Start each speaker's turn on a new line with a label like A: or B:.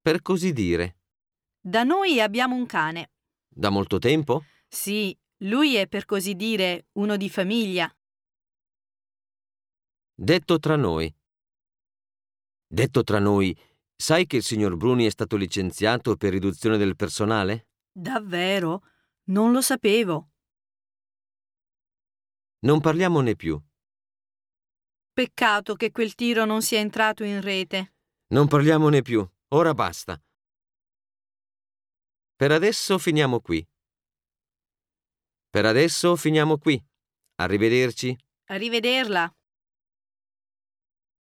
A: Per così dire.
B: Da noi abbiamo un cane.
A: Da molto tempo?
B: Sì, lui è per così dire uno di famiglia.
A: Detto tra noi. Detto tra noi, sai che il signor Bruni è stato licenziato per riduzione del personale?
B: Davvero? Non lo sapevo.
A: Non parliamone più.
B: Peccato che quel tiro non sia entrato in rete.
A: Non parliamone più. Ora basta. Per adesso finiamo qui. Per adesso finiamo qui. Arrivederci.
B: Arrivederla.